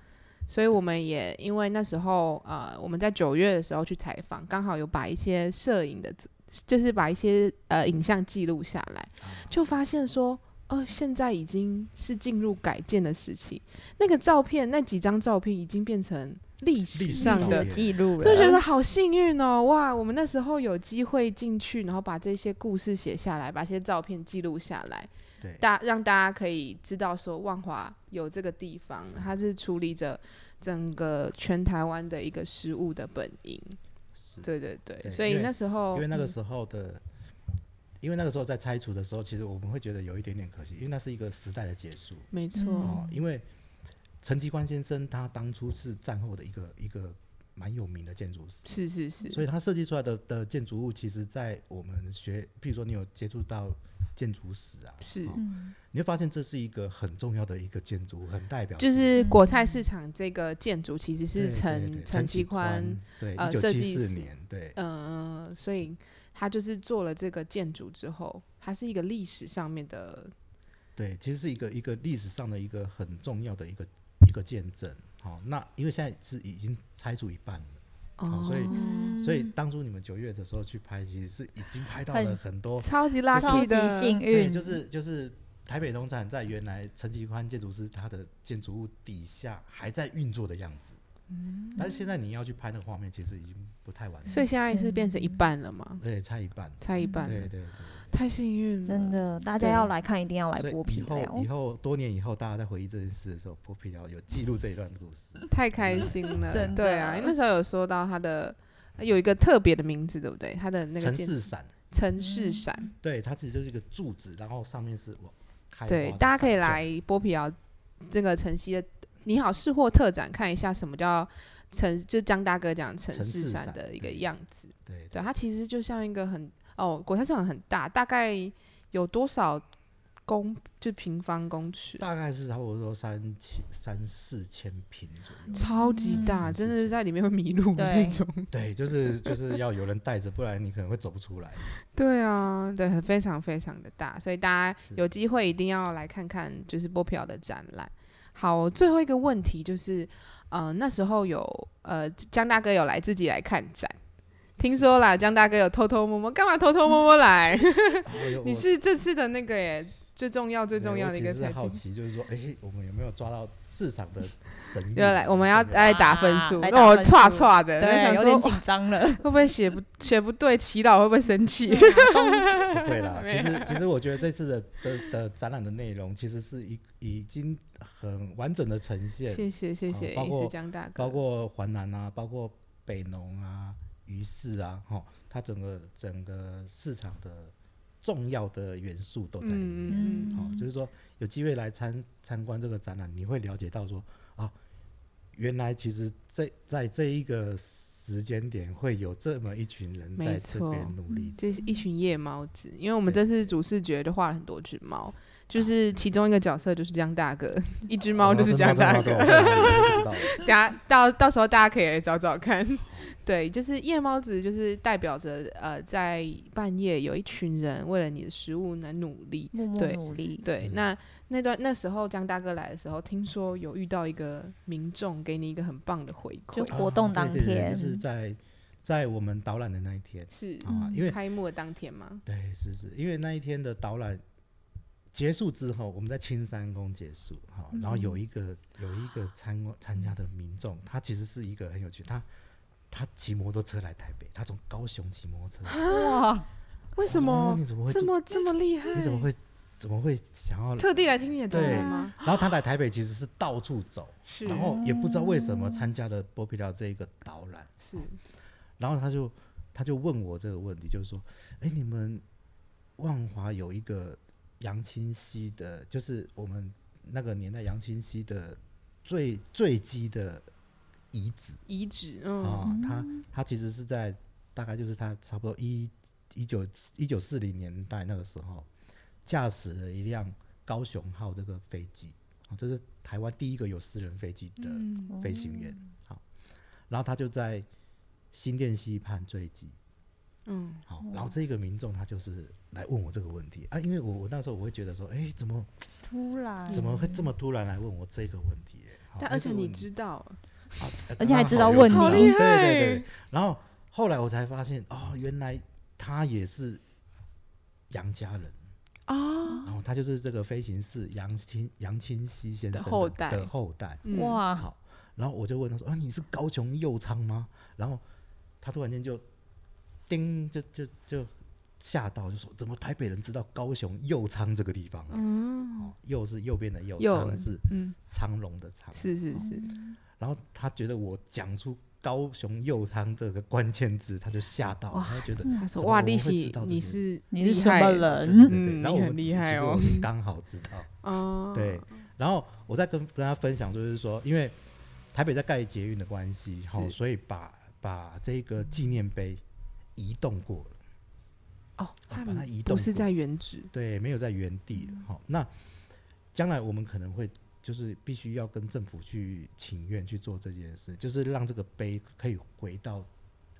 A: 所以我们也因为那时候呃，我们在九月的时候去采访，刚好有把一些
B: 啊
A: 摄影的资，就是把一些呃影像记录下来，就发现说，哦、哦，现在已经是进入改建的时期，那个照片那几张照片已经变成历史
B: 历史
A: 上
B: 照
A: 的
B: 片
E: 记录了，
A: 所以觉得好幸运哦！哇，我们那时候有机会进去，然后把这些故事写下来，把这些照片记录下来，
B: 对，
A: 大让大家可以知道说万华有这个地方，它是处理着整个全台湾的一个食物的本营。
B: 是
A: 对对对，
B: 对
A: 所
B: 因
A: 以
B: 为
A: 那时候
B: 因为那个
A: 嗯
B: 时候的，因为那个时候在拆除的时候，其实我们会觉得有一点点可惜，因为那是一个时代的结束
A: 没错，
B: 哦。因为陈其宽先生他当初是战后的一个一个蛮有名的建筑师，
A: 是是是，
B: 所以他设计出来的的建筑物，其实在我们学，譬如说你有接触到建筑史啊，
A: 是
B: 哦
D: 嗯，
B: 你会发现这是一个很重要的一个建筑，很代表性
A: 就是果菜市场这个建筑其实是
B: 对对
A: 陈
B: 对
A: 陈其
B: 其
A: 宽
B: 对
A: 呃
B: 一九
A: 设
B: 七
A: 计
B: 四
A: 师
B: 年对
A: 嗯、呃，所以他就是做了这个建筑之后，它是一个历史上面的，
B: 对，其实是一个一个历史上的一个很重要的一个一个见证。好、那因为现在是已经拆除一半了，
A: 哦
B: 好所以
D: 嗯
B: 所以当初你们九月的时候去拍，其实是已经拍到了
D: 很
B: 很多。
A: 超级
B: 就是
D: 超
A: lucky
D: 级
A: 的，
D: 幸
B: 对，
D: 运，
B: 就是就是台北农展在原来陈其宽建筑师他的建筑物底下还在运作的样子。嗯，但是现在你要去拍那个画面，其实已经不太完
A: 所
B: 整，
A: 以现在是变成一
D: 嗯
A: 半了嘛，
B: 对，拆一半。
A: 差一半
B: 对
A: 了
B: 对，对。
A: 太幸运了，
D: 真的，大
A: 对
D: 家要来看，一定要来
B: 所以
D: 剥皮
B: 以后
D: 聊
B: 以，后多年以后，大家在回忆这件事的时候，剥皮聊有记录这一段故事。
A: 太开心了，
D: 真的
A: 对啊，因为那时候有说到他的有一个特别的名字，对不对？他的那个
B: 城
A: 建
B: 市伞，
A: 城市闪，
B: 对，它其实就是一个柱子，然后上面是我
D: 嗯
B: 开
A: 对
B: 花，的
A: 大家可以
B: 伞状
A: 来剥皮寮这个晨曦的你好识货特展看一下什么叫城，就张大哥讲城
B: 城
A: 市
B: 市
A: 闪
B: 闪
A: 的一个
B: 对
A: 样子。
B: 对
A: 对，它其实就像一个很哦，国泰市场很大，大概有多少公就平方公尺？
B: 大概是差不多三千三四千平左右。
A: 超级大，
B: 嗯
A: 真的是在里面会迷路的那
D: 对
A: 种。
B: 对，就是就是要有人带着，不然你可能会走不出来。
A: 对啊，对，很非常非常的大，所以大家
B: 是
A: 有机会一定要来看看，就是波皮奥的展览。好，最后一个问题就是，呃，那时候有呃江大哥有来自己来看展，听说啦，江大哥有偷偷摸摸，干嘛偷偷摸摸来？
B: 我有
A: 你
B: 我
A: 是这次的那个耶，最重要最
B: 对
A: 重
B: 我
A: 要的一
B: 其
A: 个
B: 实是
A: 采
B: 好
A: 集。
B: 奇，就是说，哎，我们有没有抓到市场的神韵？
A: 又来，我们要
B: 对
A: 来啊打分数，
D: 来打
A: 让我
D: 分数
A: 歘歘的，在
D: 对，
A: 想
D: 有
A: 说
D: 点
A: 哇
D: 紧张了，
A: 会不会写不写不对，祈祷会不会生气？
B: 不会啦。
A: 没
B: 其
A: 有
B: 实其实我觉得这次的的的展览的内容，其实是一已经很完整的呈 现，
A: 谢谢谢
B: 好
A: 谢，
B: 包
A: 也是
B: 括
A: 江大哥，
B: 包括环南啊，包括北农啊、鱼市啊，哈，它整个整个市场的重要的元素都在里
A: 嗯
B: 面。
A: 嗯嗯，
B: 好、哦就是说有机会来参参观这个展览，你会了解到说啊，原来其实这在这一个时间点会有这么一群人
A: 没
B: 在这
A: 错
B: 边努力。
A: 这是一群夜猫子，因为我们这
B: 对
A: 次主视觉就画了很多只猫，就是其中一个角色就是江大 哥，一只猫哦就是江
B: 样
A: 大
B: 子，
A: 哥
B: 哦真，的真的我不知 道。啊
A: 大家到到时候大家可以来找找看。 对，就是夜猫子，就是代表着呃，在半夜有一群人为了你的食物来努力，
D: 默默
A: 对
D: 努力，
A: 对
B: 是，
A: 那那段那时候江大哥来的时候，听说有遇到一个民众给你一个很棒的回
D: 就
A: 馈，
D: 活动
B: 啊
D: 当
B: 对对对
D: 天
B: 就是在在我们导览的那一天
A: 是
B: 啊，因为
A: 开幕的当天吗？
B: 对，是是，因为那一天的导览结束之后，我们在青山宫结束，好、然后有一个有一个参参加的民众，他其实是一个很有趣，他他骑摩托车来台北，他从高雄骑摩托车来，
D: 哇，
A: 为
B: 为
A: 什么
B: 你怎么会
A: 这
B: 住
A: 么这么厉害？
B: 你怎么会怎么会想要？
A: 特地来听你的展
B: 对
A: 览吗？
B: 然后他来台北其实是到处走，
A: 是
B: 然后也不知道为什么
A: 嗯
B: 参加了波皮料这一个导览，
A: 是
B: 然后他就他就问我这个问题，就是说，哎，你们万华有一个杨清溪的，就是我们那个年代杨清溪的坠坠机的遗址
A: 遗址，
B: 啊、
A: 嗯，
B: 他他其实是在大概就是他差不多一一九一九四零年代那个时候，驾驶了一辆高雄号这个飞机，啊这是台湾第一个有私人飞机的
A: 嗯
B: 飞行员。好，然后他就在新店溪畔坠机。
A: 嗯，
B: 好，然后这个民众他就是来问我这个问题啊，因为我我那时候我会觉得说，哎，怎么
D: 突然，
B: 怎么会这么突然来问我这个问题？好
A: 但
B: 那
A: 而且
B: 这个
A: 你
B: 问题
A: 知道，
B: 啊呃
D: 而且还知道
B: 刚好有
D: 问
B: 知
D: 你
B: 道
D: 哦好
B: 对
A: 厉
B: 对对
A: 害
B: 对。然后后来我才发现，哦，原来他也是杨家人，
A: 哦，
B: 然后他就是这个飞行士杨清杨清溪先
A: 的
B: 生
A: 后代
B: 的后代。
A: 嗯，
D: 哇，
B: 好，然后我就问他说：“啊，你是高雄右仓吗？”然后他突然间就叮，就就就吓到，就说：“怎么台北人知道高雄右仓这个地方、啊？”
D: 嗯
B: 哦，右是右边的右，
A: 右
B: 仓是
A: 嗯，
B: 苍龙的苍。
A: 是是是，
B: 哦然后他觉得我讲出高雄右仓这个关键字，他就吓到了，他就 觉得
A: 他说
B: 怎么
A: 哇，
B: 我
A: 利
B: 会
A: 息
B: 知道这
A: 你
B: 些
A: 是
D: 你是
A: 厉
D: 什
A: 害
D: 么
B: 对
D: 人？
B: 对对
A: 嗯
B: 对。然
A: 你
B: 后我
A: 很
B: 们
A: 厉
B: 其
A: 害
B: 实
A: 哦
B: 我们刚 好知道。
A: 哦，
B: 对，然后我再跟跟他分享，就是说，因为台北在盖捷运的关系，哈，
A: 是
B: 所以把把这个纪念碑移动过了，
A: 哦，
B: 啊
A: 他
B: 把它
A: 们
B: 移动
A: 不是
B: 过
A: 在原址，
B: 对，没有在原地了，哈。那将来我们可能会就是必须要跟政府去请愿去做这件事，就是让这个碑可以回到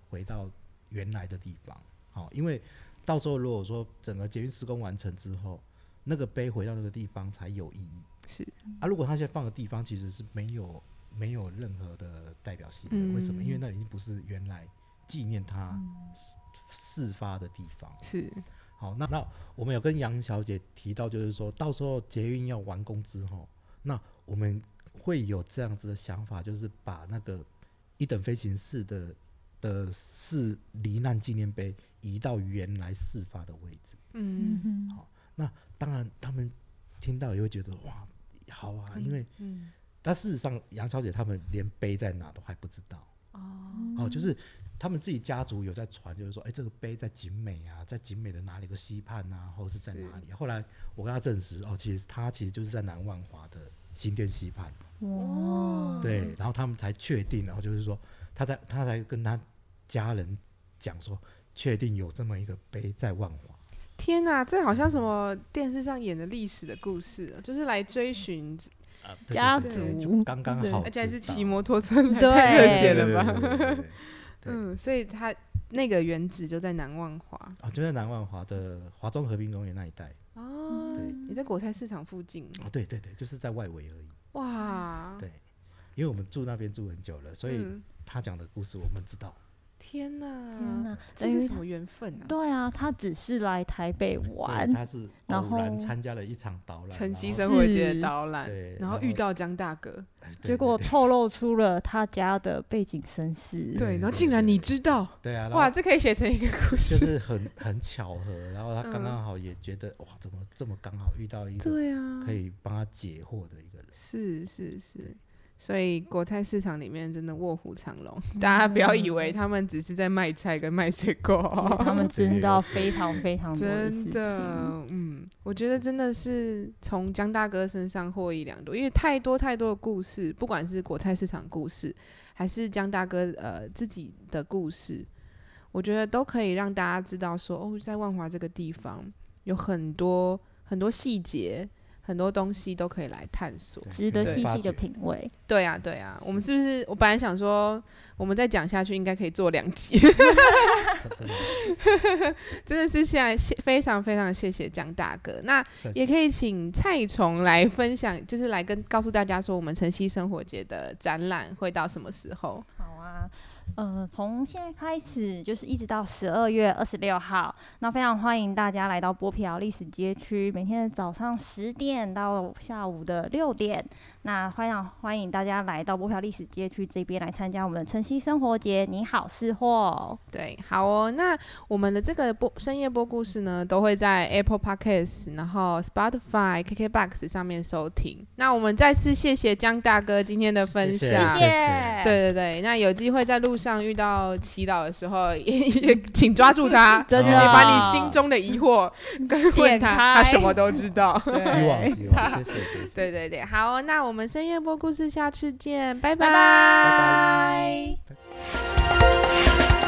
B: 回到原来的地方，好，因为到时候如果说整个捷运施工完成之后，那个碑回到那个地方才有意义。
A: 是
B: 啊，如果他现在放的地方其实是没有没有任何的代表性的，为什么？因为那已经不是原来纪念他事事发的地方。
A: 是，
B: 好，那那我们有跟杨小姐提到，就是说到时候捷运要完工之后，那我们会有这样子的想法，就是把那个一等飞行室的的事罹难纪念碑移到原来事发的位置。
D: 嗯
A: 嗯
D: 哼，
B: 当然，他们听到也会觉得哇，好啊，因为
A: 嗯，
B: 但事实上，杨小姐他们连碑在哪都还不知道
A: 哦，
B: 哦，就是他们自己家族有在传，就是说，哎、这个碑在景美啊，在景美的哪里有个溪畔啊，或者是在哪里？后来我跟他证实，哦，其实他其实就是在南万华的新店溪畔，
A: 哦
D: 哇，
A: 嗯
B: 对，然后他们才确定，然后就是说，他在他才跟他家人讲说，确定有这么一个碑在万华。
A: 天哪，这好像什么电视上演的历史的故事、啊，就是来追寻，
B: 啊，
D: 家
B: 对对对
D: 族
B: 就刚刚
D: 对
B: 好知道，
A: 而且还是骑摩托车来，太
D: 对
A: 热血
B: 对
A: 了吧？？
B: 对对对对对对
A: 嗯，所以他那个原址就在南万华
B: 啊，就在南万华的华中和平公园那一带。
A: 哦
B: 对，
A: 你在果菜市场附近，
B: 哦，对对对，就是在外围而已。
A: 哇，
B: 对，因为我们住那边住很久了，所以
A: 嗯，
B: 他讲的故事我们知道。
A: 天哪，
D: 天哪，
A: 这
D: 等
A: 是
D: 于
A: 什么缘分啊？
D: 对啊，他只是来台北玩
B: 对，，他是
D: 然
B: 偶然
D: 后
B: 参加了一场导览，
A: 晨
B: 然
A: 曦
B: 后
A: 生活节的
D: 是
A: 导览
B: 对，
A: 然后
B: 然
A: 遇
B: 后
A: 到江大哥，
B: 哎对
D: 结果
B: 对
D: 透露出了他家的背景身世。
A: 对，
B: 对
A: 然后
B: 对
A: 竟然
B: 对
A: 你知道，
B: 对啊，然
A: 哇，
B: 后
A: 这可以写成一个故
B: 就
A: 事，
B: 是很很巧合，然后他刚刚好也觉得哇，怎么这么刚好遇到一
A: 嗯
B: 个
A: 对啊，
B: 可以帮他解惑的一个人。
A: 是是是，所以国菜市场里面真的卧虎藏 龙，大家不要以为他们只是在卖菜跟卖水果
D: 其实
A: 哦，
D: 他们知道非常非 常多的
A: 真
D: 事情，
A: 的，嗯，我觉得真的是从江大哥身上获益良多，因为太多太多的故事，不管是国菜市场故事，还是江大哥呃自己的故事，我觉得都可以让大家知道说，哦，在万华这个地方有很多很多细节，很多东西都可以来探索。
D: 值得
B: 对
D: 细
B: 发
D: 细的
B: 掘
D: 品味。
A: 对啊，对啊，我们是不是？我本来想说，我们再讲下去应该可以做两集，
B: 真的
A: 真的是现在谢非常非常谢谢江大哥。那
B: 客气
A: 也可以请蔡崇来分享，就是来跟告诉大家说，我们晨曦生活节的展览会到什么时候？
D: 好啊，呃，从现在开始就是一直到十二月二十六号，那非常欢迎大家来到波皮寮历史街区，每天的早上十点到下午的六点，那非常欢迎大家来到波皮寮历史街区这边来参加我们的晨曦生活节，你好是货，
A: 对，好哦。那我们的这个播深夜播故事呢，都会在 Apple Podcast、然后 Spotify、KKBox 上面收听。那我们再次谢谢江大哥今天 的分享，
B: 谢
D: 谢
B: 谢
D: 谢，
A: 对对对，那有机会在路上遇到祈祷的时候，也也请抓住他，
D: 真的
A: 也把你心中的疑惑跟问
D: 点
A: 他，他
D: 开
A: 什么都知 道。
B: 希望 希望，谢谢谢谢，
A: 对对对，好，那我们深夜播故事下次见，拜
D: 拜拜。
B: 拜拜。